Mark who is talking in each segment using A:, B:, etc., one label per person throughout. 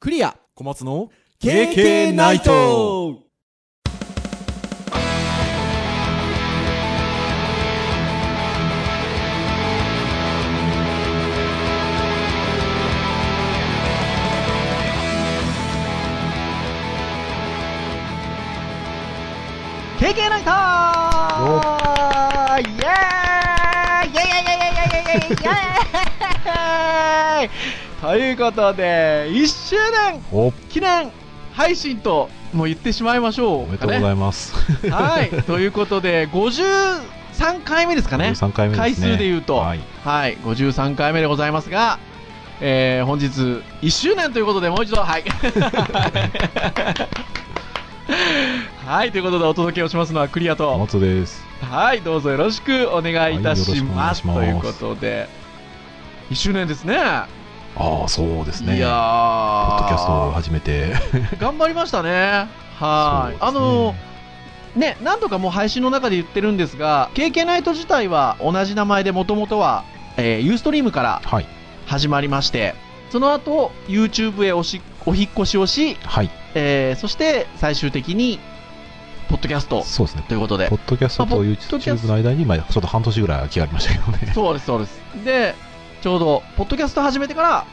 A: クリア
B: 小松の
A: KK ナイト
C: 経験ナイトーイエーイイエーイイエーイイエーイイエーイイエーイイエーイということで、1周年
D: おお
C: 記念配信とも言ってしまいましょう
D: めで
C: か
D: とうご
C: ね。
D: ざいます。
C: はい。ということで、53回目です かね。
D: 3回目ですね。
C: 回数で言うと
D: はい。
C: はい。53回目でございますが、えー、本日1周年ということで、もう一度、はい。はい。ということで、お届けをしますのはクリアと。
D: 小松です。
C: はい、どうぞよろしくお願いいたします。
D: はいよろしくお願いし
C: とい
D: ま
C: う
D: す
C: ことで、1周年ですね。
D: ああ、そうですね。
C: いや
D: ポッドキャストを
C: ー、
D: 始めて。
C: 頑張りましたね。は
D: そうですね
C: い、あの、ね、何度かもう配信の中で言ってるんですが、KK ナイト自体は同じ名前でもともとは、えー、ユーストリームから
D: はい。
C: 始まりまして、その後、YouTube へおしお引っ越しをし、
D: はい。
C: えー、そして最終的に、ポッドキャスト
D: そうですね。
C: ということで
D: ポ、ッドキャスト
C: まあポ
D: と
C: ッドキャス
D: YouTube の間に、まあ、ちょっと半年ぐらい空きがありましたけど ね。
C: そうです、そうです。で、ちょうど、ポッドキャスト始めてから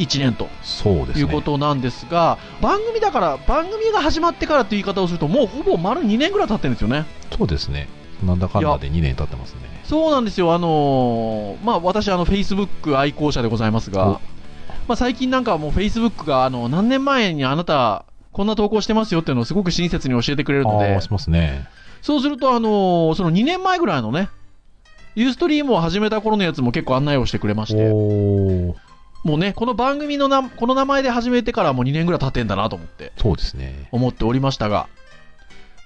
C: 1年と
D: そうですね。
C: いうことなんですが、番組だから、番組が始まってからという言い方をすると、もうほぼ丸2年ぐらい経ってるんですよね。
D: そうですね。なんだかんだで2年経ってますね。
C: そうなんですよ、あのーまあ、私、あの、Facebook 愛好者でございます
D: お
C: が、まあ、最近なんかはもう Facebook が、あの、何年前にあなた、こんな投稿してますよっていうのをすごく親切に教えてくれるの
D: あ
C: で
D: あ、、しますね。
C: そうすると、あのーその2年前ぐらいのね、ユーストリームを始めた頃のやつも結構案内をしてくれまして、
D: おお、
C: もうね、この番組のな、この名前で始めてからもう2年ぐらい経ってんだなと思って、
D: そうですね。
C: 思っておりましたが、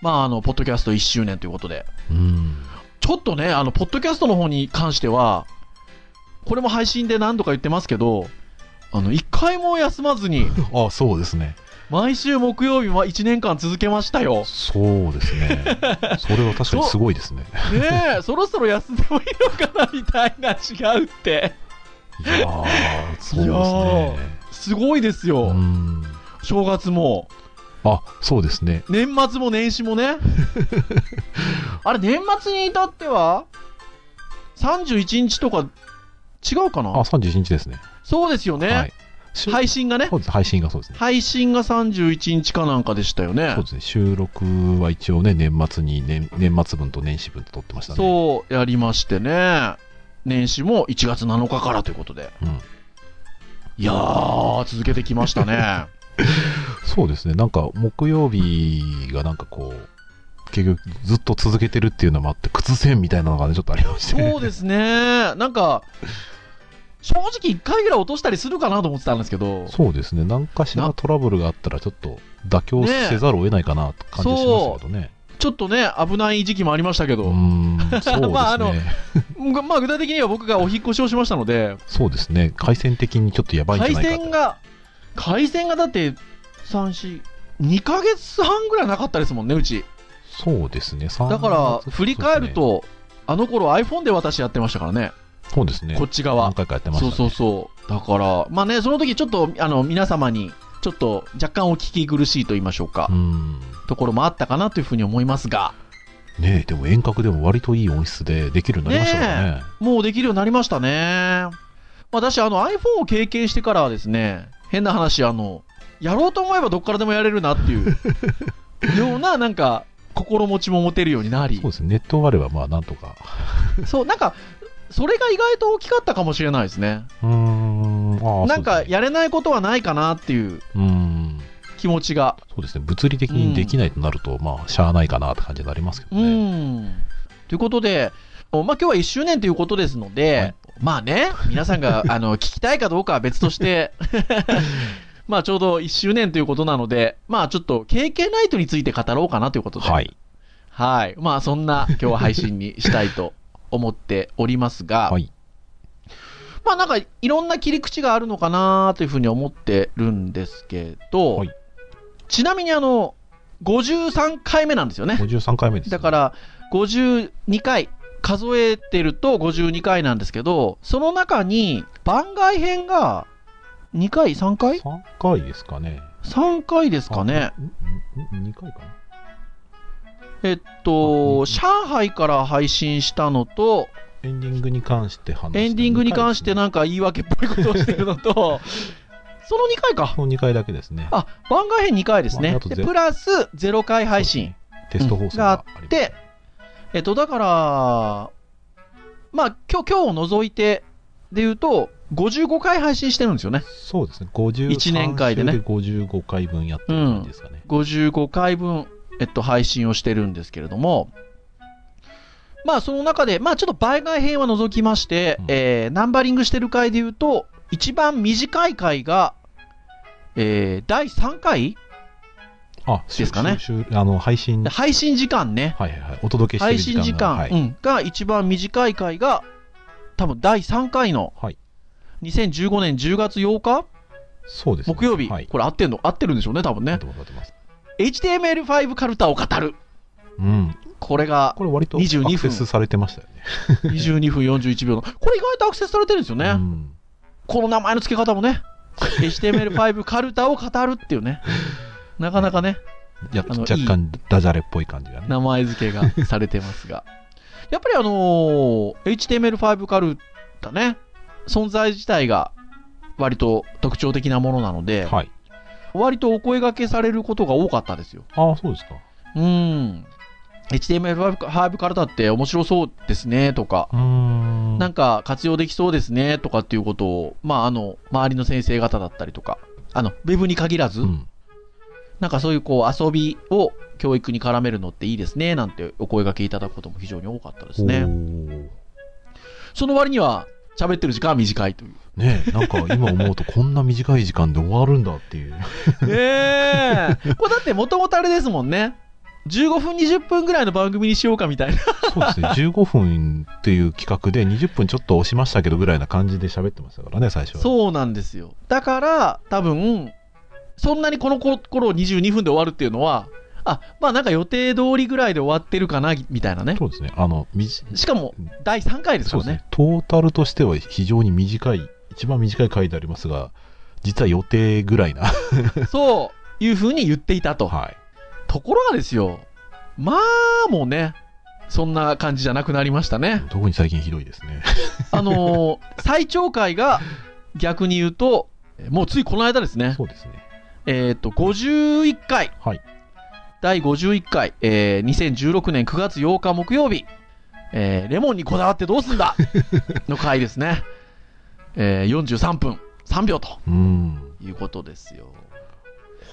C: まあ、あの、ポッドキャスト1周年ということで、
D: うん。
C: ちょっとね、あの、ポッドキャストの方に関しては、これも配信で何度か言ってますけど、あの、一回も休ま ずに、
D: ああ、そうですね。
C: 毎週木曜日は1年間続けまし たよ。
D: そうです ね。それは確かにすごいですね。
C: ねえ、そろそろ休んでもいいのかな、みたいな、違うって。
D: いやー、そうですね。
C: すごいですよ。
D: うん。
C: 正月も、
D: あ、そうですね。
C: 年末も年始も ね。あれ、年末に至っては、31日とか、違うか
D: あ、
C: な
D: 31日ですね。
C: そうですよね。
D: はい。し
C: 配信がね
D: そ。うです配信がそうですね。
C: 配信が31日かなんかでしたよね
D: そう。ですね。収録は一応ね、年末に年、年末分と年始分と撮ってましたね。
C: そうやりましてね。年始も1月7日からということで。
D: うん
C: いやー、続けてきまし たね。
D: そうですね。なんか、木曜日がなんかこう、結局ずっと続けてるっていうのもあって、靴線みたいなのがね、ちょっとありまして。
C: そうですね。なんか、正直1回ぐらい落としたりするかなと思ってたんですけど。
D: そうですね。何かしらトラブルがあったら、ちょっと妥協せざるを得ないかなって感じしましたけどね。
C: ちょっとね、危ない時期もありましたけ
D: うー
C: ど、
D: ん、そうですね。
C: まああのぐまあ具体的には僕がお引っ越しをしましたので、
D: そうですね。回線的にちょっとやばいんじ
C: 回
D: ゃないか
C: 線が、回線がだって、3、4、2ヶ月半ぐらいなかったですもんね、うち。
D: そうですね。
C: だから、振り返る、と、あの頃 iPhone で私やってましたからね、
D: そうですね。
C: こっち側
D: 何。回かやってました、
C: そ
D: ね。
C: うそうそう。だから、まあね、その時ちょっと、あの、皆様に、ちょっと若干お聞き苦しいと言いましょうか、
D: うん。
C: ところもあったかなというふうに思いますが、
D: ねえ、でも遠隔でも割といい音質でできるようになりましたからね。
C: もうできるようになりましたね。まあ私、あの、iPhone を経験してからはですね、変な話、あの、やろうと思えばどっからでもやれるなっていう、 ような、なんか、心持ちも持てるようになり
D: そう、ですね。ネットがあれば、まあ、なんとか。
C: そう、なんか、それが意外と大きかったかもしれないですね。
D: うーん。ああ
C: なん
D: そう
C: か
D: ですね
C: やれないことはないかなっていう
D: うーん。
C: 気持ちが。
D: そうですね。物理的にできないとなると、まあ、しゃあないかなって感じになりますけど
C: う
D: ね。
C: ん。ということで、まあ今日は1周年ということですので、
D: はい
C: まあね、皆さん があの聞きたいかどうかは別として、まあちょうど1周年ということなので、まあちょっと KK ナイトについて語ろうかなということで、
D: はい。
C: はいまあそんな今日は配信にしたいと思っております が、
D: はい。
C: まあなんかいろんな切り口があるのかなというふうに思ってるんですけど、
D: はい
C: ちなみにあの、53回目なんですよね。
D: 53回目です、
C: だか、ら、52回、数えてると52回なんですけど、その中に番外編が2回、3回
D: ?3 回ですかね。
C: ?3 回ですか
D: あ。
C: ね。
D: んんん2回かな。
C: えっと、
D: あ
C: 上海から配信したのと、
D: エンディングに関して話した
C: エンディングに関して
D: ん
C: なんか言い訳っぽいことをしてる のと、その2回か。
D: の2回だけですね。
C: あ、番外編2回です
D: まあ
C: ね
D: あ。と
C: で
D: ゼ
C: プラス0回配信。
D: テスト放送がありま
C: で、えっと、だから、まあ、今日、今日を除いてで言うと、55回配信してるんですよね。
D: すそうですね。50
C: 一年間でね
D: 三週で55回分やってる感じですかね。
C: 55回分、えっと、配信をしてるんですけれども、まあ、その中で、まあ、ちょっと番外編は除きまして、
D: うん
C: えーナンバリングしてる回で言うと、一番短い回が、えー第3回
D: あ、
C: ですかね
D: しゅしゅあの配信、はい
C: 配信時間ね。
D: はいはい。お届けしてる
C: 配
D: 時間
C: 信時間、
D: がはい
C: うん、が一番短い回が、多分第3回の、
D: はい
C: 2015年10月8日、
D: そうですね。
C: 木曜日、
D: はい。
C: これ合ってんの合ってるんでしょうね、多分
D: 合
C: ね
D: っ。てます合ってます
C: HTML5 カルタを語る。
D: うん。
C: これが
D: これ割と
C: 22分
D: アクセスされてましたよね。
C: 22分41秒の、これ意外とアクセスされてるんですよね。
D: うん
C: この名前の付け方もね、HTML5 カルタを語るっていうね。なかなかね、
D: いや
C: あの
D: 若干ダジャレっぽい感じがね。
C: 名前付けがされてますが。やっぱりあのー HTML5 カルタね、存在自体が割と特徴的なものなので、
D: はい。
C: 割とお声掛けされることが多かったですよ。
D: ああ、そうですか。
C: うん。HTML5 カルタって面白そうですね、とか。
D: うーん。
C: なんか活用できそうですねとかっていうことを、まあ、あの周りの先生方だったりとか、あのウェブに限らず、
D: うん。
C: なんかそういうこう遊びを教育に絡めるのっていいですねなんてお声掛けいただくことも非常に多かったです
D: お
C: ね。
D: ー
C: その割には喋ってる時間は短いという。
D: ねえなんか今思うとこんな短い時間で終わるんだって いう。
C: ええ これだってもともとあれですもんね。15分20分ぐらいの番組にしようかみたいな。
D: そうですね、15分っていう企画で20分ちょっと押しましたけどぐらいな感じで喋ってましたからね、最初は。
C: そうなんですよ。だから、多分、そんなにこの頃22分で終わるっていうのは、あ、まあなんか予定通りぐらいで終わってるかな、みたいなね。
D: そうですね、あの、みじ
C: しかも、第3回です
D: そ
C: か
D: う
C: ら
D: です
C: ね。
D: ね、トータルとしては非常に短い、一番短い回でありますが、実は予定ぐらいな。
C: そういうふうに言っていた と。
D: はい。。
C: ところがですよ、まあもうね、そんな感じじゃなくなりましたね
D: 特に最近ひどいですね。
C: あのー最長回が逆に言うと、もうついこの間ですね。
D: そうですね。
C: えっ、と、51回。
D: はい。
C: 第51回、えー、2016年9月8日木曜日、えー、レモンにこだわってどうす んだの回ですね。えー、43分3秒と
D: うん。
C: いうことですよ。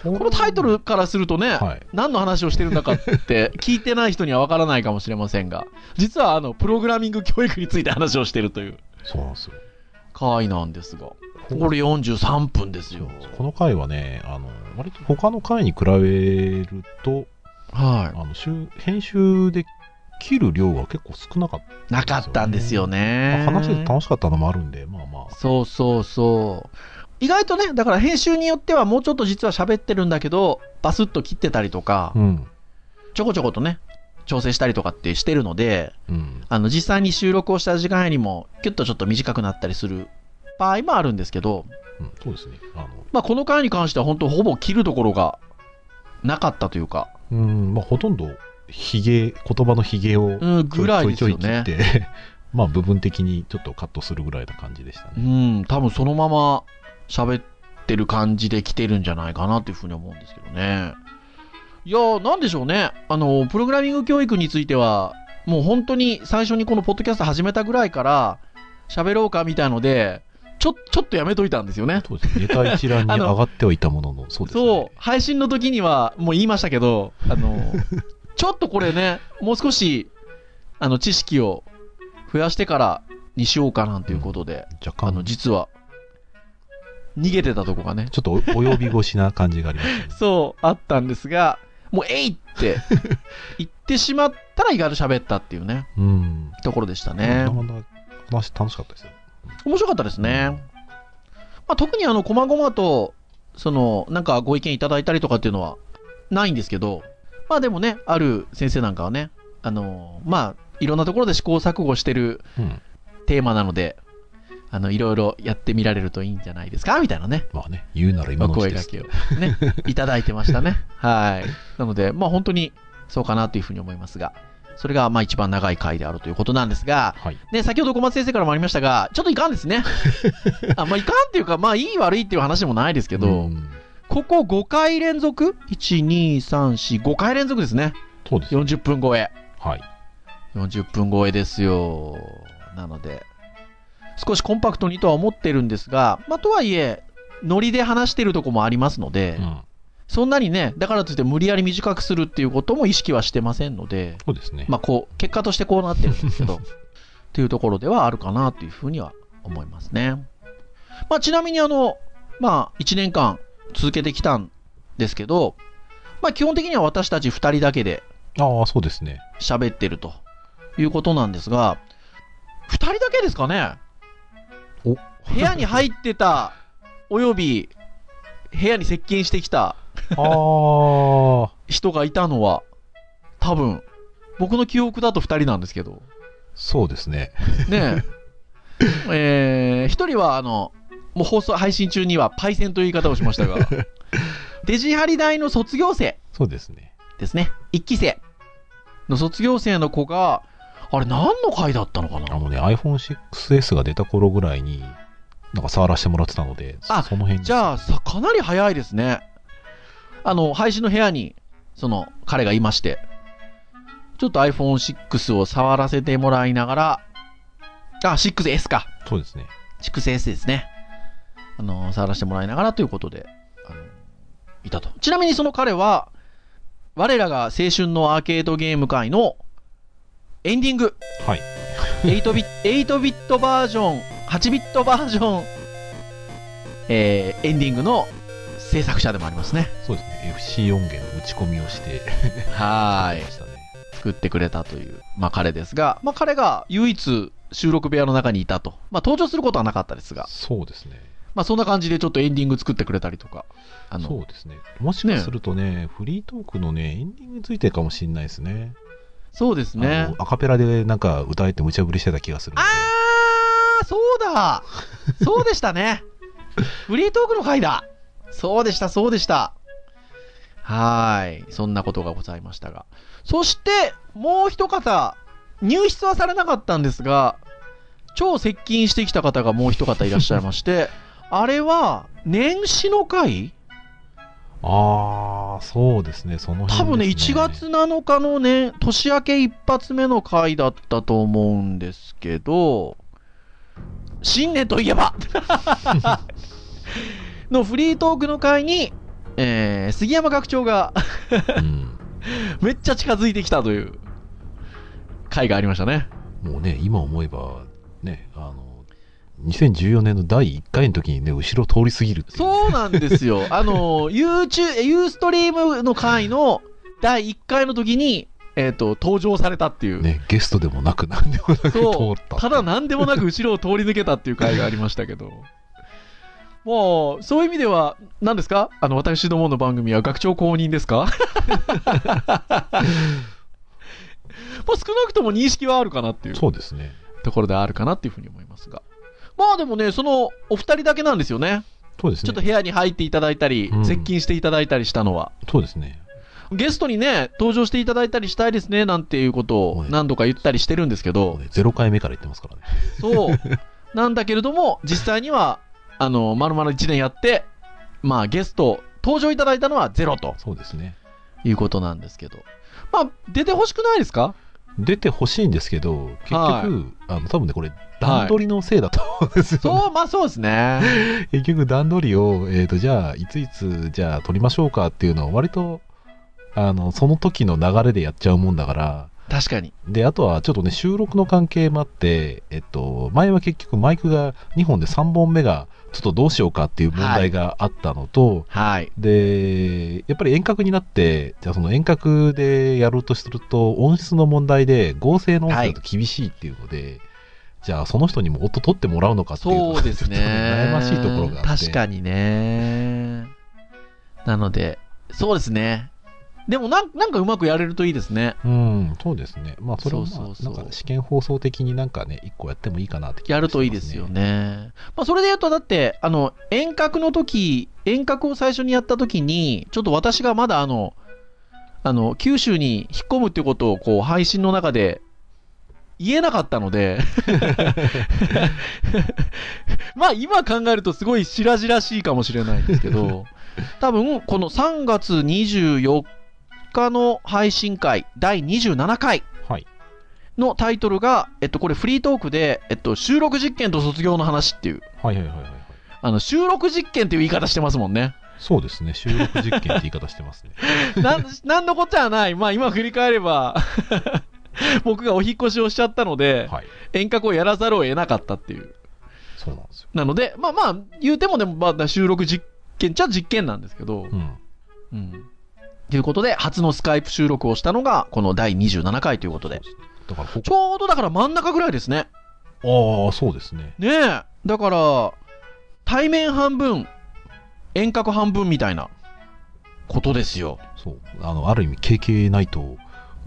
D: こ
C: このタイトルからするとね、
D: はい。
C: 何の話をしてるんだ かって聞いてない人にはわからないかもしれませんが、実はあの、プログラミング教育について話をしてるという
D: そうなんですよ。
C: 回なんですが、これ
D: こ
C: 43分ですよ。
D: この回はね、あの、割と他の回に比べると、あ
C: は
D: の、集編集で切る量が結構少なかった。
C: い。なかったんですよね。
D: 話してて楽しかったのもあるんで、まあまあ、
C: そうそうそう。意外とね、だから編集によってはもうちょっと実は喋ってるんだけど、バスッと切ってたりとか
D: う、ん。
C: ちょこちょことね、調整したりとかってしてるので、
D: うん。
C: あの、実際に収録をした時間よりも、キュッとちょっと短くなったりする場合もあるんですけど、
D: うんそうですね。あ
C: まあ、この回に関しては本当ほぼ切るところがなかったというか、
D: の、うん、まあ、ほとんど、ひげ、言葉のひげを、
C: うん、
D: ちょ
C: ぐ
D: いち
C: らい
D: ょ
C: で
D: い
C: す
D: ちょい
C: よ
D: 切っ
C: ね。
D: て、 まあ、部分的にちょっとカットするぐらいな感じでした
C: う
D: ね。
C: ん、多分そのまま喋ってる感じで来てるんじゃないかなというふうに思うんですけどね。いやー、なんでしょうね。あの、プログラミング教育については、もう本当に最初にこのポッドキャスト始めたぐらいから、喋ろうかみたいので、ちょ、ちょっとやめといたんですよね。
D: そうですね。ネタ一覧に
C: あの
D: 上がってはいたものの、そうですね。
C: そう、配信の時にはもう言いましたけど、あの、ちょっとこれね、もう少し、あの、知識を増やしてからにしようかなんていうことで、
D: 若
C: あ
D: 干、
C: の、
D: ちょ
C: 実は、逃げてたとこがね、。
D: っとお 及び腰な感じがありましたね
C: そう、あったんですが、もう、えいって 言ってしまったら意外と喋ったっていうね、
D: うん。
C: ところでしたね。
D: まだまだ話楽しかったですよ。
C: 面白かったですね。まあ、特にあの、こまごまと、その、なんかご意見いただいたりとかっていうのはないんですけど、まあでもね、ある先生なんかはね、あの、まあ、いろんなところで試行錯誤してる
D: うん。
C: テーマなので、あの、いろいろやってみられるといいんじゃないですかみたいなね。
D: まあね、言うなら今
C: お
D: のうち
C: 声
D: で
C: 掛
D: す。
C: け をね、いただいてましたね。はい。なので、まあ本当にそうかなというふうに思いますが、それがまあ一番長い回であるということなんですが、
D: はい。
C: ね、先ほど小松先生からもありましたが、ちょっといかんです ね。あまあいかんっていうか、まあいい悪いっていう話でもないですけど、
D: うん
C: ここ5回連続 ?1、2、3、4、5回連続ですね。
D: そうです。
C: 40分超え。
D: はい。
C: 40分超えですよ。なので、少しコンパクトにとは思ってるんですが、まあ、とはいえ、ノリで話してるとこもありますので、
D: うん。
C: そんなにね、だからといって無理やり短くするっていうことも意識はしてませんので、
D: そうですね。
C: まあ、こう、結果としてこうなってるんですけど、っていうところではあるかなというふうには思いますね。まあ、ちなみにあの、まあ、1年間続けてきたんですけど、まあ、基本的には私たち2人だけで
D: ああ、そうですね。
C: 喋ってるということなんですが、2人だけですかね
D: お
C: 部屋に入ってた、および部屋に接近してきた
D: ああ、
C: 人がいたのは、多分、僕の記憶だと2人なんですけど。
D: そうですね。
C: ねえ。えー、一人は、あの、もう放送、配信中にはパイセンという言い方をしましたが、デジハリ大の卒業生
D: そうですね。
C: ですね。一期生の卒業生の子が、あれ何の回だったのか
D: あ
C: な
D: のね、iPhone6S が出た頃ぐらいに、なんか触らせてもらってたので、そ
C: あ
D: その辺に
C: じゃあ、さかなり早いですね。あの、配信の部屋に、その、彼がいまして、ちょっと iPhone6 を触らせてもらいながら、あ、6S か。
D: そうですね。
C: 畜生 S ですね。あの、触らせてもらいながらということで、あの、いたと。ちなみにその彼は、我らが青春のアーケードゲーム界のエンディング。
D: はい。
C: 8ビット、8ビットバージョン、8ビットバージョン、えー、エンディングの制作者でもありますね。
D: そうですね。FC 音源の打ち込みをして、
C: は
D: ましたね。
C: 作ってくれたという、まあ彼ですが、まあ彼が唯一収録部屋の中にいたと。まあ登場することはなかったですが、
D: そうですね。
C: まあそんな感じでちょっとエンディング作ってくれたりとか、あの、
D: そうですね。もしかするとねフリートークのね、エンディングについてるかもしれないですね。
C: そうです
D: あ
C: ね
D: の。アカペラでなんか歌えて無茶ぶりしてた気がするの
C: あ
D: で。
C: ー、そうだそうでしたね。フリートークの回だそうでした、そうでした。はーい。そんなことがございましたが。そして、もう一方、入室はされなかったんですが、超接近してきた方がもう一方いらっしゃいまして、あれは、年始の回
D: ああ、そうですね。その
C: 多分
D: 辺
C: ね、
D: です
C: 1月。7日のね、年明け一発目の回だったと思うんですけど、新年といえば のフリートークの回に、えー杉山学長が
D: うん
C: めっちゃ近づいてきたという回がありましたね。
D: もうね、今思えば、ね、あの、2014年の第1回の時にね、後ろ通り過ぎるっていう。
C: そうなんですよ。 あの、YouTube、え Ustream の回の第1回の時に、えっ、と、登場されたっていう。
D: ね、ゲストでもなく、なんでもな く通
C: そう
D: った。
C: ただ何でもなく後ろを通り抜けたっていう回がありましたけど。 もう、そういう意味では、何ですかあの、私どもの番組は学長公認ですか まあ少なくとも認識はあるかなっていう
D: そうですね。
C: ところであるかなっていうふうに思いますが。まあでもね、そのお二人だけなんですよね。
D: そうです
C: ちょっと
D: ね。
C: 部屋に入っていただいたり、
D: うん
C: 接近していただいたりしたのは。
D: そうですね。
C: ゲストにね、登場していただいたりしたいですね、なんていうことを何度か言ったりしてるんですけど
D: もう。ね、0回目から言ってますからね。
C: そう。なんだけれども、実際には、あの、まるまる1年やって、まあ、ゲスト、登場いただいたのはゼロと
D: そうですね。
C: いうことなんですけど。まあ、出てほしくないですか
D: 出てほしいんですけど、結局、
C: は
D: あの、多分ね、これ、段取りのせいだと思うんですよ、ね
C: そう、まあそうですね。
D: 結局段取りを、えー、とじゃあいついつじゃあ取りましょうかっていうのを割とあのその時の流れでやっちゃうもんだから
C: 確かに。
D: であとはちょっとね収録の関係もあって、えっと、前は結局マイクが2本で3本目がちょっとどうしようかっていう問題があったのと、
C: はい。
D: でやっぱり遠隔になってじゃあその遠隔でやろうとすると音質の問題で合成の音声だと厳しいっていうので、じゃあその人にも音取ってもらうのかっていうの
C: そ
D: が。
C: うですね
D: ちょっと悩ましいところがあって
C: 確かにね。なので、そうですね。でもなん、なんかうまくやれるといいですね。
D: うん、そうですね。まあ、それを、まあ、
C: そうそうそう
D: なんか試験放送的になんかね、一個やってもいいかなって気が
C: やるといい
D: しま
C: ですよ。ね。まあ、それで言うと、だって、あの、遠隔の時、遠隔を最初にやった時に、ちょっと私がまだあの、あの、九州に引っ込むってことを、こう、配信の中で、言えなかったので、 まあ今考えるとすごい白々しいかもしれないですけど、多分この3月24日の配信会、第27回、
D: はい。
C: のタイトルが、えっと、これフリートークで、えっと、収録実験と卒業の話っていう、
D: はいはいはいはいはい。
C: あの、収録実験っていう言い方してますもんね。
D: そうですね。収録実験って言い方してますね。
C: なん、なんのことはない。まあ、今振り返れば、 僕がお引っ越しをしちゃったので、
D: はい。
C: 遠隔をやらざるを得なかったっていう。
D: そうなんですよ。
C: なので、まあまあ、言うてもでも、まあ、収録実験っちゃ実験なんですけど
D: う、ん。
C: うん。ということで、初のスカイプ収録をしたのが、この第27回ということで。
D: だからこ
C: ちょうどだから真ん中ぐらいですね。
D: こ、ああ、そうですね。
C: ねえだから対面半分遠隔半分みたいなことですよ
D: そう。あの、ある意味、KK ないと、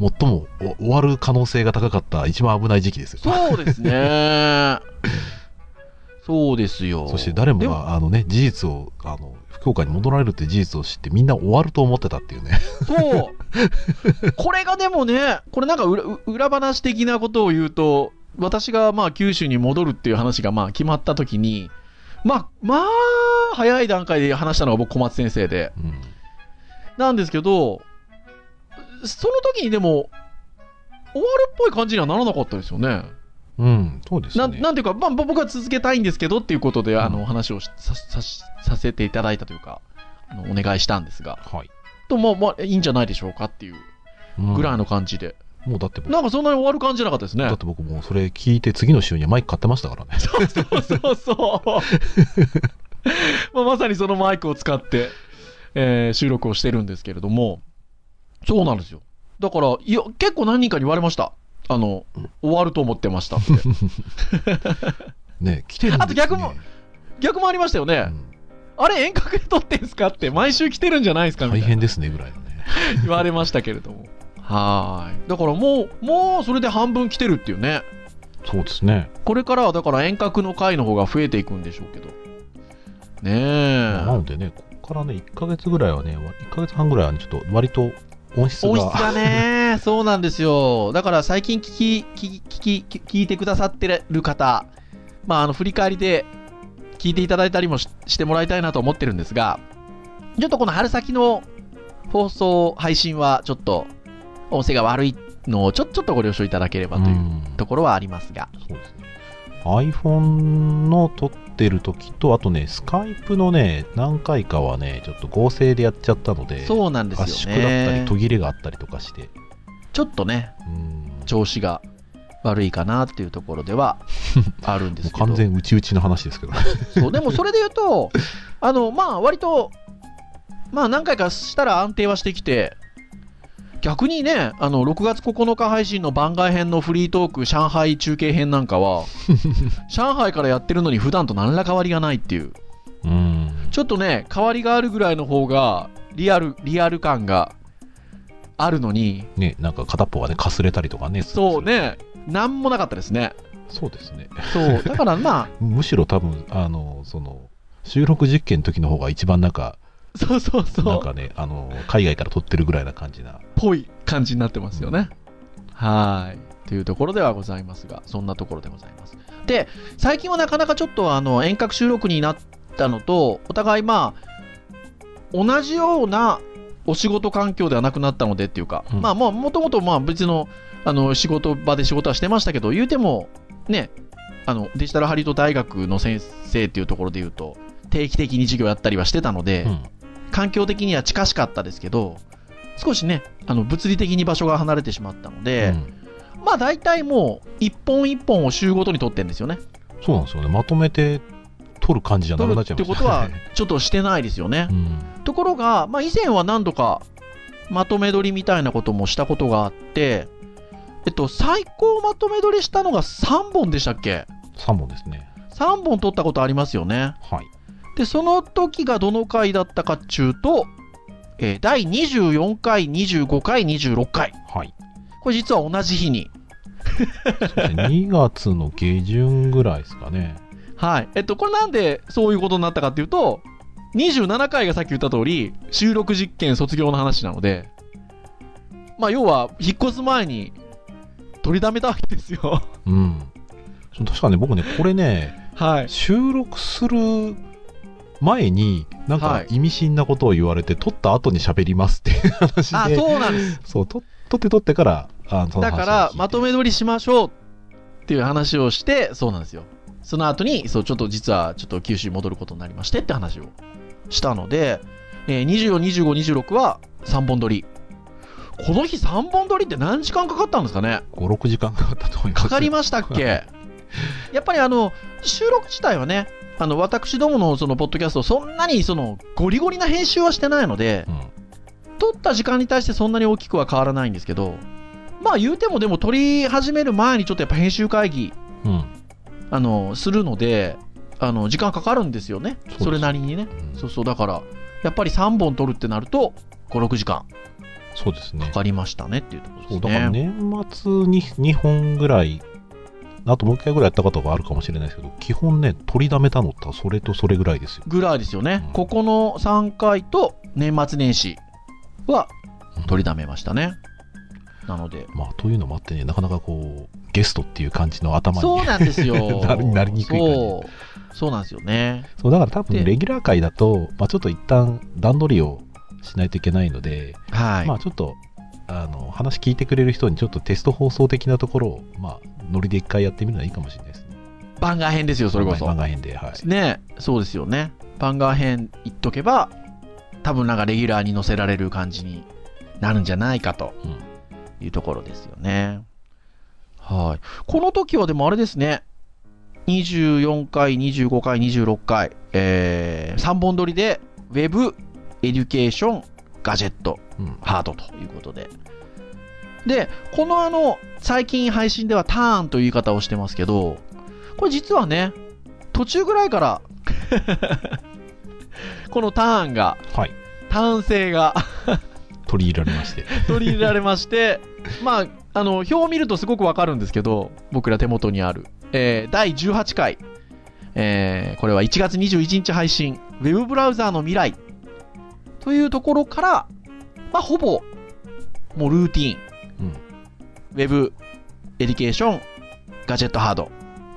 D: 最もお終わる可能性が高かった一番危ない時期ですよ。
C: そうですね そうですよ
D: そして誰も
C: でも
D: が、あのね、事実を、あの、福岡に戻られるっていう事実を知って、みんな終わると思ってたっていうね。
C: そうこれがでもねこれなんか裏裏話的なことを言うと私がまあ九州に戻るっていう話がまあ決まった時にまあまあ早い段階で話したのが僕小松先生で
D: うん。
C: なんですけど、その時にでも、終わるっぽい感じにはならなかったですよね。
D: うん、そうです
C: な
D: ね。
C: んなんていうか、まあ、ぼ僕は続けたいんですけどっていうことで、あ
D: う
C: の、
D: ん
C: お話をしさささせていただいたというか、あのお願いしたんですが、
D: はい。
C: と、まあ、まあ、いいんじゃないでしょうかっていう
D: うん
C: ぐらいの感じで。
D: もうだって僕、
C: なんかそんなに終わる感じじゃなかったですね
D: だっ。て僕もうそれ聞いて次の週にはマイク買ってましたからね。
C: そうそうそうそう。まあ、まさにそのマイクを使って、えー収録をしてるんですけれども、そうなんですよ。だから、いや、結構何人かに言われました。あの、終わると思ってま したって。
D: ね、来てるんです、ね、
C: あと逆も逆もありましたよ
D: う
C: ね。
D: ん
C: あれ、遠隔で撮ってんすかって、毎週来てるんじゃないですかみた
D: 大
C: いな
D: 変ですねぐらいのね。
C: 言われましたけれども。はーい。だからもう、もうそれで半分来てるっていうね。
D: そうですね。
C: これからはだから遠隔の回の方が増えていくんでしょうけど。ね
D: な
C: え。
D: のでね、ここからね、1ヶ月ぐらいはね、わ1ヶ月半ぐらいはね、ちょっと割と音質が。
C: 音質がね、そうなんですよ。だから最近聞き、聞き、聞き、聞いてくださってる方、まあ、あの、振り返りで聞いていただいたりもししてもらいたいなと思ってるんですが、ちょっとこの春先の放送、配信はちょっと、音声が悪いのをちょ、ちょっとご了承いただければ
D: う
C: というんところはありますが。
D: そうですね。iPhone の撮ってる時と、あとね、スカイプのね、何回かはね、ちょっと合成でやっちゃったので、
C: そうなんで
D: 圧
C: すよ
D: 縮だったり
C: ね。
D: 途切れがあったりとかして、
C: ちょっとね、
D: うん
C: 調子が悪いかなっていうところではあるんで
D: もう
C: すけど。
D: 完全内々の話ですけどね。
C: そうでもそれで言うとあのまあ割とまあ何回かしたら安定はしてきて逆にねあの6月9日配信の番外編のフリートーク上海中継編なんか は上海からやってるのに普段と何ら変わりがないっていう
D: うん
C: ちょっとね変わりがあるぐらいの方がリアルリアル感があるのに
D: ね、なんか片っぽがね、かすれたりとかね。
C: そう。ね何もなかったですね
D: そうですね。
C: そうだからま
D: むしろ多分、あの、その、収録実験の時の方が一番なんか、
C: あ そうそうそう
D: なんかね、あの、海外から撮ってるぐらいな感じな。
C: ぽい感じになってますよね。はーい。というところではございますが、そんなところでございます。で、最近はなかなかちょっとあの遠隔収録になったのと、お互いまあ、同じようなお仕事環境ではなくなったのでっていうか、
D: うん
C: まあまあ、もともとまあ別のあの仕事場で仕事はしてましたけど、言うても、ね、あのデジタルハリウッド大学の先生っていうところで言うと、定期的に授業やったりはしてたので、
D: うん。
C: 環境的には近しかったですけど、少しね、あの物理的に場所が離れてしまったの
D: う
C: で、
D: ん
C: まあ大体もう、一本一本を週ごとに撮ってんですよね。
D: そうなんですよね。まとめて撮る感じじゃな
C: 撮
D: く
C: る
D: な
C: っ
D: っちゃい
C: て
D: ました
C: こと は
D: ね、。
C: ちょっとしてないですよね
D: うん。
C: ところが、まあ以前は何度か、まとめ撮りみたいなこともしたことがあって、えっと、最高まとめ撮りしたのが3本でしたっけ
D: 3本ですね。
C: ?3 本撮ったことありますよね。
D: はい。
C: で、その時がどの回だったかっちゅうと、えー第24回、25回、26回。
D: はい。
C: これ実は同じ日に。
D: 2月の下旬ぐらいですかね。
C: はい。えっと、これなんでそういうことになったかっていうと、27回がさっき言った通り、収録実験卒業の話なので、まあ、要は、引っ越す前に、取りだめたわけですよ。
D: うん。そう確かね、僕ね、これね、
C: はい。
D: 収録する前に、なん
C: は
D: か
C: い
D: 意味深なことを言われて、撮った後に喋りますっていう話で。
C: あ、そうなんです。
D: そう、と撮って撮ってから、あその話を聞い
C: だ
D: て
C: から、まとめ撮りしましょうっていう話をして、そうなんですよ。その後に、そう、ちょっと実は、ちょっと九州に戻ることになりましてって話をしたので、えー、24、25、26は3本撮り。この日3本撮りって何時間かかったんですかね
D: 5、6時間かかったと思います。
C: かかりましたっ けやっぱりあの収録自体はねあの私どものそのポッドキャストそんなにそのゴリゴリな編集はしてないので
D: うん。
C: 撮った時間に対してそんなに大きくは変わらないんですけどまあ言うてもでも撮り始める前にちょっとやっぱ編集会議
D: うん。
C: あのするのであの時間かかるんですよね
D: です
C: それなりにね
D: うん
C: そうそうだからやっぱり3本撮るってなると56時間
D: そうですね
C: か。かりましたねっていうところ
D: そう
C: で
D: だ
C: す
D: から
C: ね
D: 年末に2本ぐらい、あともう1回ぐらいやったことがあるかもしれないですけど、基本ね、取りだめたのってそれとそれぐらいですよ。
C: ぐらいですよね、
D: うん
C: ここの3回と年末年始は取りだめましたね、なので
D: まあ、というのもあってね、なかなかこう、ゲストっていう感じの頭に。
C: そうなんです よ
D: なりなりにくい感じ
C: そうそうなんですよね
D: そうだから多
C: で
D: 分、レギュラー回だと、まあ、ちょっと一旦段取りをしないといけないので、
C: はい、
D: まあ、ちょっと、あの、話聞いてくれる人にちょっとテスト放送的なところを、まあ、ノリで一回やってみるのはいいかもしれないですね。
C: 番外編ですよそれこそ
D: 漫画編で、はい。
C: ねそうですよね番外編いっとけば多分なんかレギュラーに載せられる感じになるんじゃないかと
D: うん
C: いうところですよね、はいこの時はでもあれですね24回25回26回、え3本撮りで Web エデュケーションガジェット
D: うん。
C: ハードということででこのあの最近配信ではターンという言い方をしてますけどこれ実はね途中ぐらいから このターンが
D: はい。
C: ターン性が
D: 取り入れられまして。
C: 取り入れられましてまああの表を見るとすごくわかるんですけど僕ら手元にある、えー第18回、えーこれは1月21日配信ウェブブラウザーの未来というところから、まあ、ほぼもうルーティン
D: うん。
C: ウェブ、エディケーション、ガジェットハード。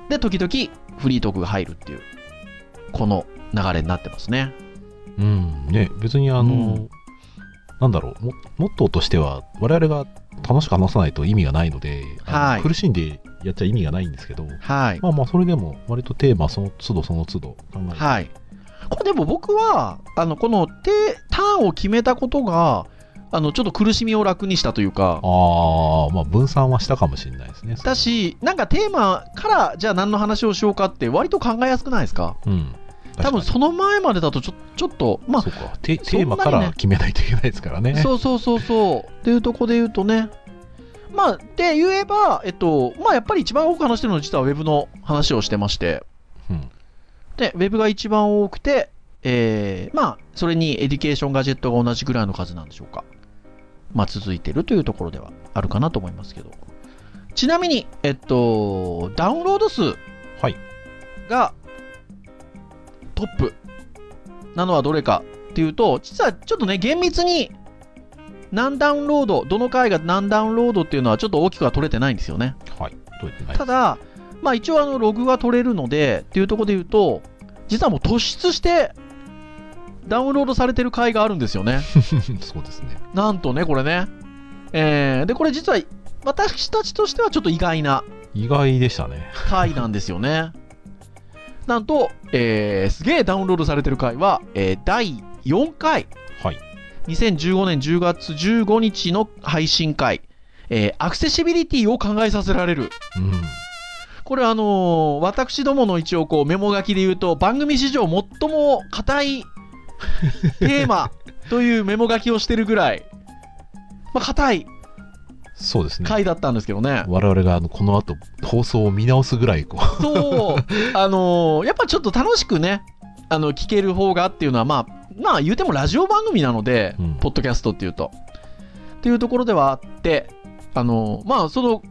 C: で、時々フリートークが入るっていう、この流れになってますね。
D: うん、ね、別にあの、
C: うん
D: なんだろう、もモットーとしては、我々が楽しく話さないと意味がないので、あ
C: は
D: の
C: い
D: 苦しんでやっちゃ意味がないんですけど、
C: はい。
D: まあまあ、それでも、割とテーマその都度その都度考えて、
C: はい。これでも僕は、あの、このテ、ターンを決めたことが、あの、ちょっと苦しみを楽にしたというか、
D: ああ、まあ、分散はしたかもしれないですね。
C: だし、なんかテーマから、じゃあ何の話をしようかって、割と考えやすくないですか
D: うん。
C: 多分
D: 確か
C: その前までだとちょ、ちょっと、まあ
D: に、そうかテ、
C: そ
D: テー
C: んなに
D: マ
C: ね
D: から決めないといけないですからね。
C: そうそうそうそう。っていうとこで言うとね。まあ、で言えば、えっと、まあやっぱり一番多く話してるのは実は Web の話をしてまして、
D: うん。
C: で、Web が一番多くて、えー、まあ、それにエディケーションガジェットが同じぐらいの数なんでしょうか。まあ、続いてるというところではあるかなと思いますけど。ちなみに、えっと、ダウンロード数
D: はい
C: がトップなのはどれかっていうと、実はちょっとね、厳密に何ダウンロード、どの回が何ダウンロードっていうのはちょっと大きくは取れてないんですよね。
D: はい。どうやってない
C: ただ、まあ、一応あのログは取れるのでっていうところで言うと実はもう突出してダウンロードされてる回があるんですよ ね
D: そうですね。
C: なんとねこれね、えーでこれ実は私たちとしてはちょっと意外な
D: 意外でしたね。
C: 回なんですよ ねなんと、えーすげえダウンロードされてる回は、えー第4回
D: はい。
C: 2015年10月15日の配信回、えーアクセシビリティを考えさせられる
D: うん。
C: これあのー私どもの一応こうメモ書きで言うと番組史上最も硬 いテーマというメモ書きをしてるぐらい、まあ、硬い
D: そうですね。
C: 回だったんですけどね。
D: 我々があのこの後放送を見直すぐらいこう
C: そう、あのーやっぱちょっと楽しくね、あの、聞ける方がっていうのはまあ、まあ言うてもラジオ番組なので、
D: うん
C: ポッドキャストっていうと。っていうところではあって、あの、まあその、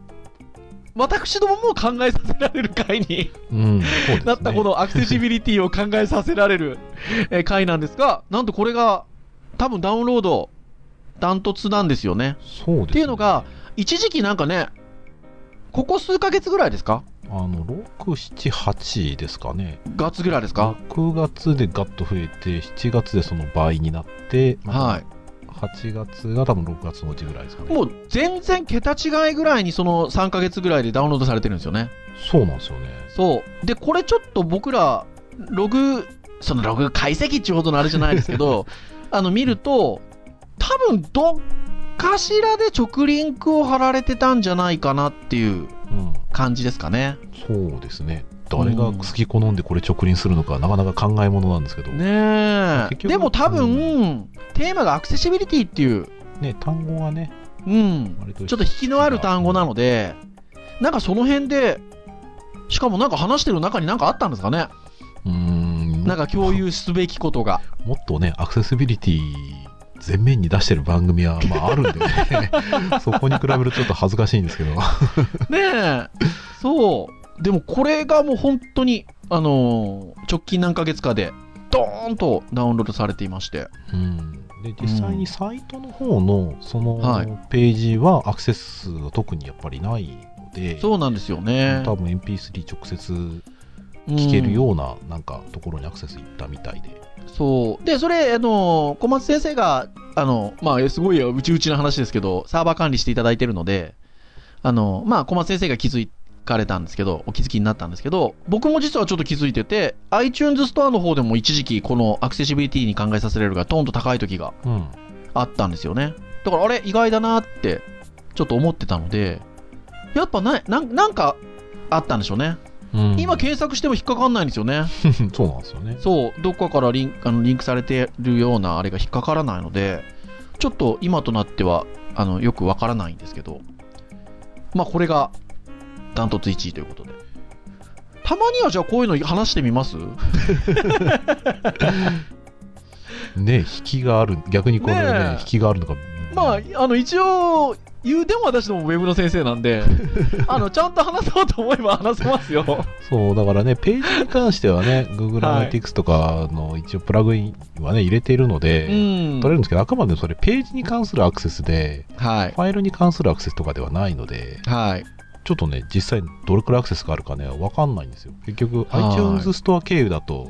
C: 私どもも考えさせられる回に
D: うん、そうですね。
C: なったこのアクセシビリティを考えさせられ るえー回なんですが、なんとこれが多分ダウンロードダントツなんですよね。
D: そうです、ね。
C: っていうのが、一時期なんかね、ここ数ヶ月ぐらいですか
D: あの、6、7、8ですかね。
C: 月ぐらいですか、
D: 6月でガッと増えて、7月でその倍になって、
C: はい。
D: い、8月が多分6月のうちぐらいですかね。
C: もう全然桁違いぐらいにその3ヶ月ぐらいでダウンロードされてるんですよね。
D: そうなんですよね。
C: そう。で、これちょっと僕ら、ログ、そのログ解析っていうほどのあれじゃないです けど、あの見ると、多分どっかしらで直リンクを貼られてたんじゃないかなっていう
D: うん。
C: 感じですかね。
D: そうですね。誰が好き好んでこれ直輪するのか、なかなか考えものなんですけど、ね
C: ねえ
D: 結。局
C: でも多分、
D: う
C: テーマがアクセシビリティっていう、
D: 単語がね、
C: うん、
D: 割と
C: ちょっと引きのある単語なので、なんかその辺で、しかもなんか話してる中になんかあったんですかね。
D: うーん
C: なんか共有すべきことが。
D: もっとね、アクセシビリティ全面に出してる番組は、まあ、あるんでね、 そこに比べるとちょっと恥ずかしいんですけど、
C: ねえ。そう。でもこれがもう本当に、あのー直近何ヶ月かで、ドーンとダウンロードされていまして。
D: うん、で実際にサイトの方のその
C: はい
D: ページはアクセス数が特にやっぱりないので、
C: そうなんですよね。
D: 多分 MP3 直接
C: うん
D: 聞けるようななんかところにアクセスいったみたいで、
C: そう。で、それ、あのー小松先生が、あの、まあ、えすごい、うちうちの話ですけど、サーバー管理していただいてるので、あの、まあ、小松先生が気づかれたんですけど、お気づきになったんですけど、僕も実はちょっと気づいてて、iTunes ストアの方でも一時期、このアクセシビリティに考えさせられるが、トーンと高い時が
D: うん、
C: あったんですよね。だから、あれ、意外だなって、ちょっと思ってたので、やっぱな、なんなんか、あったんでしょうね。
D: うん
C: 今、検索しても引っかかんないんですよね。
D: そうなんですよね。
C: そう、どこかからリンあのリンクされてるようなあれが引っかからないので、ちょっと今となってはあのよくわからないんですけど、まあこれがダントツ1位ということで。たまにはじゃあこういうの話してみます
D: ね、引きがある、逆にこのね、
C: ねえ
D: 引きがあるのが、
C: まあ、あの一応、言うでも私どもウェブの先生なん で、あのちゃんと話そうと思えば話せますよ。
D: そう、だからね、ページに関しては ね、Google
C: はい
D: Analytics とかの一応プラグインはね、入れているので、
C: うん
D: 取れ。るんですけど、あくまでもそれ、ページに関するアクセスで、
C: はい。
D: ファイルに関するアクセスとかではないので、
C: はい。
D: ちょっとね、実際どれくらいアクセスがあるかね、わかんないんですよ。結局、
C: はい
D: iTunes ストア経由だと、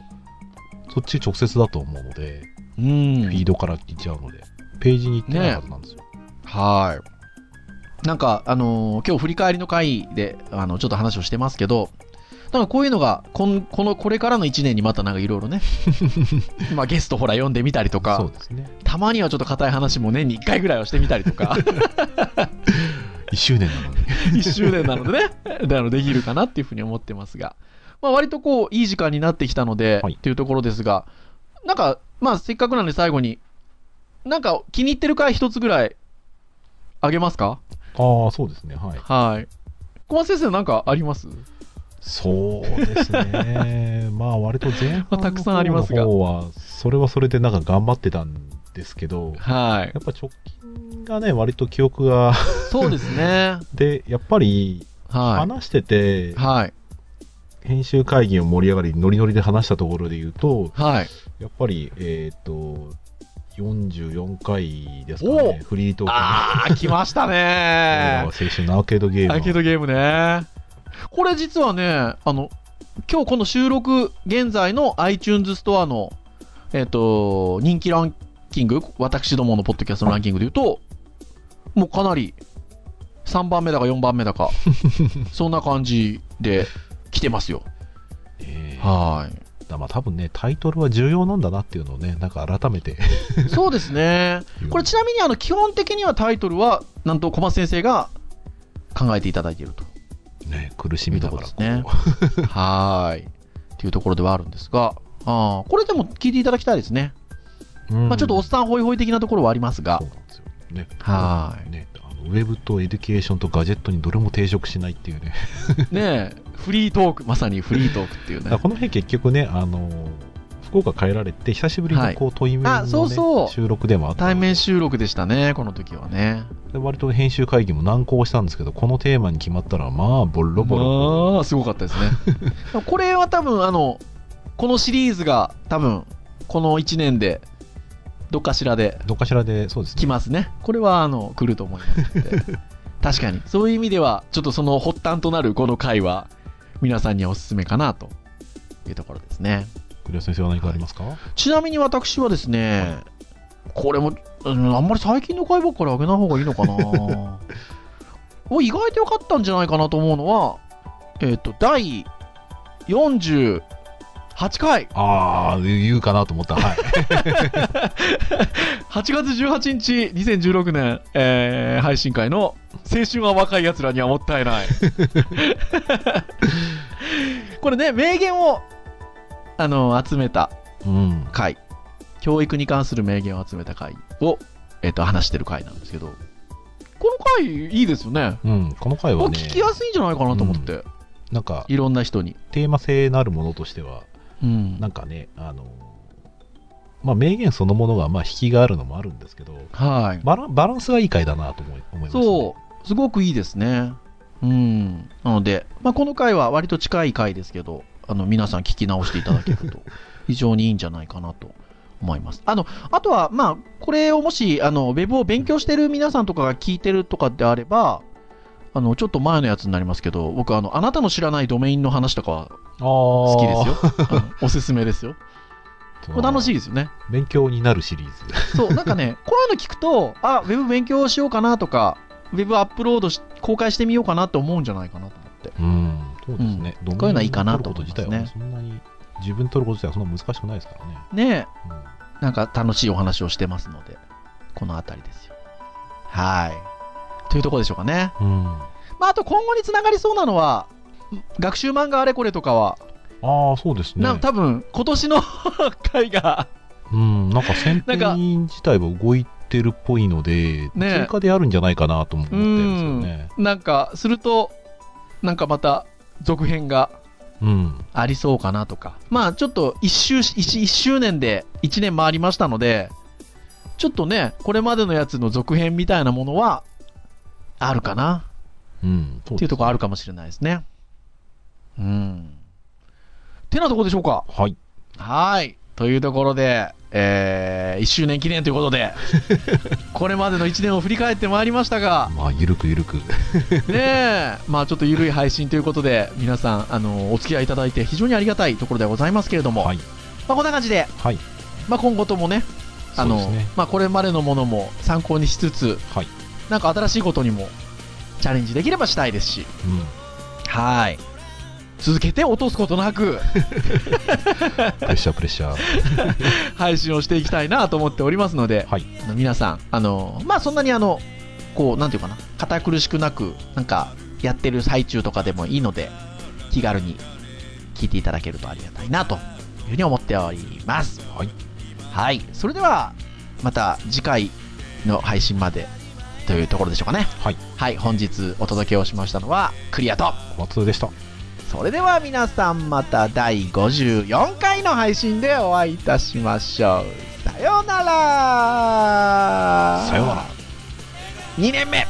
D: そっち直接だと思うので、
C: う
D: フィー
C: ん。
D: ドから行っちゃうので、ページに行ってないはずなんですよ。
C: はい。なんか、あのー今日振り返りの回で、あの、ちょっと話をしてますけど、なんかこういうのが、こんこの、これからの1年にまたなんかいろい ろね、まあゲストほら読んでみたりと
D: そ
C: か
D: う、ですね。
C: たまにはちょっと硬い話も年に1回ぐらいはしてみたりとか、
D: 1周年な のに。
C: 1周年なので ね、であのできるかなっていうふうに思ってますが、まあ割とこう、いい時間になってきたので、
D: はい
C: っていうところですが、なんか、まあせっかくなんで最後に、なんか気に入ってる回一つぐらい、あげますか
D: ああ、そうですね。はい。
C: はい。小松先生なんかあります
D: そうです ね。まあ割と前半
C: まあたくさんありますが
D: の方は、それはそれでなんか頑張ってたんですけど、
C: はい。
D: やっぱ直近がね、割と記憶が、
C: そうですね。
D: で、やっぱり
C: は
D: 話してて
C: い。、はい。
D: 編集会議を盛り上がり、ノリノリで話したところで言うと、
C: はい。
D: やっぱり、えっ、と、44回ですかね、フリートーク
C: あー、来ましたね
D: 青春のアーケードゲーム
C: ア
D: は。
C: ーケードゲームね。これ実はね、あの、今日この収録現在の iTunes ストアの、えっ、と、人気ランキング、私どものポッドキャストのランキングで言うと、もうかなり3番目だか4番目だ か、そんな感じで来てますよ。
D: えー
C: はい。
D: まあ多分ね、タイトルは重要なんだなっていうのをね、なんか改めて
C: そうですね。 これちなみにあの基本的にはタイトルはなんと小松先生が考えていただいていると。
D: ね、苦しみだから
C: いいとこですね はーい。というところではあるんですが、あーこれでも聞いていただきたいですね。
D: うん
C: まあちょっとおっさんホイホイ的なところはありますが
D: そう。なんですよね。
C: はーい
D: ね、あのウェブとエデュケーションとガジェットにどれも抵触しないっていうね。
C: ねえ、フリートーク、まさにフリートークっていう
D: だ
C: ね
D: から。この辺結局ね、あの、福岡帰られて久しぶり
C: は
D: の
C: い
D: こう対面の、
C: あそうそう
D: ね、収録でもあったので
C: 対面収録でしたね、この時はね。
D: で割と編集会議も難航したんですけどこのテーマに決まったらまあボロボロ、
C: まあ、すごかったです ね。これは多分、あの、このシリーズが多分、この1年で、どっかしらで
D: どっかしらでそうですね
C: 来ますね。これは、あの、来ると思いますので。確かに。そういう意味では、ちょっとその発端となるこの回は、皆さんにはおすすめかな、というところですね。
D: 栗尾先生は何かありますか、
C: ちなみに私はですね、これも、うんあんまり最近の回ばっかり上げない方がいいのかなお意外と良かったんじゃないかなと思うのは、えっ、と、第48回、
D: ああ言うかなと思った はい
C: 8月18日、2016年、えー配信会の、青春は若い奴らにはもったいない。 これね、名言を、あの、集めた
D: うん
C: 回教育に関する名言を集めた回を、えっと話してる回なんですけどこの回いいですよね
D: うん、この回は
C: これ
D: ね
C: 聞きやすいんじゃないかなと思って、
D: なんか
C: いろんな人に、
D: テーマ性なるものとしては
C: うん
D: なんかねあのまあ名言そのものがまあ引きがあるのもあるんですけど
C: はい、
D: バランバランスがいい回だなと思い思います、ね、
C: そうすごくいいですねうんなので、まあ、この回は割と近い回ですけどあの皆さん聞き直していただけると非常にいいんじゃないかなと思いますあのあとは、まあ、これをもしあのウェブを勉強してる皆さんとかが聞いてるとかであればあのちょっと前のやつになりますけど僕あのあなたの知らないドメインの話とかは
D: 好
C: 好きですよ、うんおすすめですよ
D: す
C: これ楽しい
D: い
C: ですよね
D: 勉強になるシリーズ
C: そう、なんかね、 こういうの聞くと、あ、ウェブ勉強しようかなとか、ウェブアップロードし、公開してみようかなって思うんじゃないかなと思って。
D: うんそうですね、
C: ん
D: ドメイン
C: こういうのはいいかなと思いますね
D: 取ること自体はそんなに自分取ること自体はそんな難しくないですからね、
C: ね
D: うん
C: え、なんか楽しいお話をしてますので、このあたりですよ。はい。というところでしょうかね。
D: うん
C: まあ、あと今後につながりそうなのは、学習漫画あれこれとかは、
D: ああそうですね
C: な多分今年の 回が、
D: うん、なんか選
C: なんか
D: 定委員自体は動いてるっぽいので、
C: ね
D: 追加であるんじゃないかなとも思ってるんですよね。
C: なんかすると、なんかまた続編が
D: うん、
C: ありそうかなとか。まあちょっと一周し、一一周年で一年回りましたので、ちょっとね、これまでのやつの続編みたいなものは、あるかな
D: うん、そうです
C: っていうところあるかもしれないですね。うん。てなところでしょうか。
D: はい。
C: はい。というところで、えー、1周年記念ということで、これまでの1年を振り返ってまいりましたが、
D: まあ、ゆるくゆるく。
C: ねえ、まあちょっと緩い配信ということで、皆さん、あの、お付き合いいただいて非常にありがたいところではございますけれども、
D: はい。
C: まあこんな感じで、
D: はい。
C: まあ、今後ともね、あ
D: そうで
C: の
D: すね。
C: まあ、これまでのものも参考にしつつ、
D: はい。
C: なんか新しいことにもチャレンジできればしたいですし、
D: うん。
C: はい。続けて落とすことなく
D: プレッシャー、プレッシャー。
C: 配信をしていきたいなと思っておりますので、
D: はい。
C: あの皆さん、あの、まあ、そんなにあの、こう、なんていうかな、堅苦しくなく、なんか、やってる最中とかでもいいので、気軽に聞いていただけるとありがたいな、というふうに思っております。
D: はい。
C: はい。それでは、また次回の配信までというところでしょうかね。
D: はい。
C: はい。本日お届けをしましたのは、クリアと。
D: 小松でした。
C: それでは皆さんまた第54回の配信でお会いいたしましょう。さようなら
D: さようなら。
C: 2年目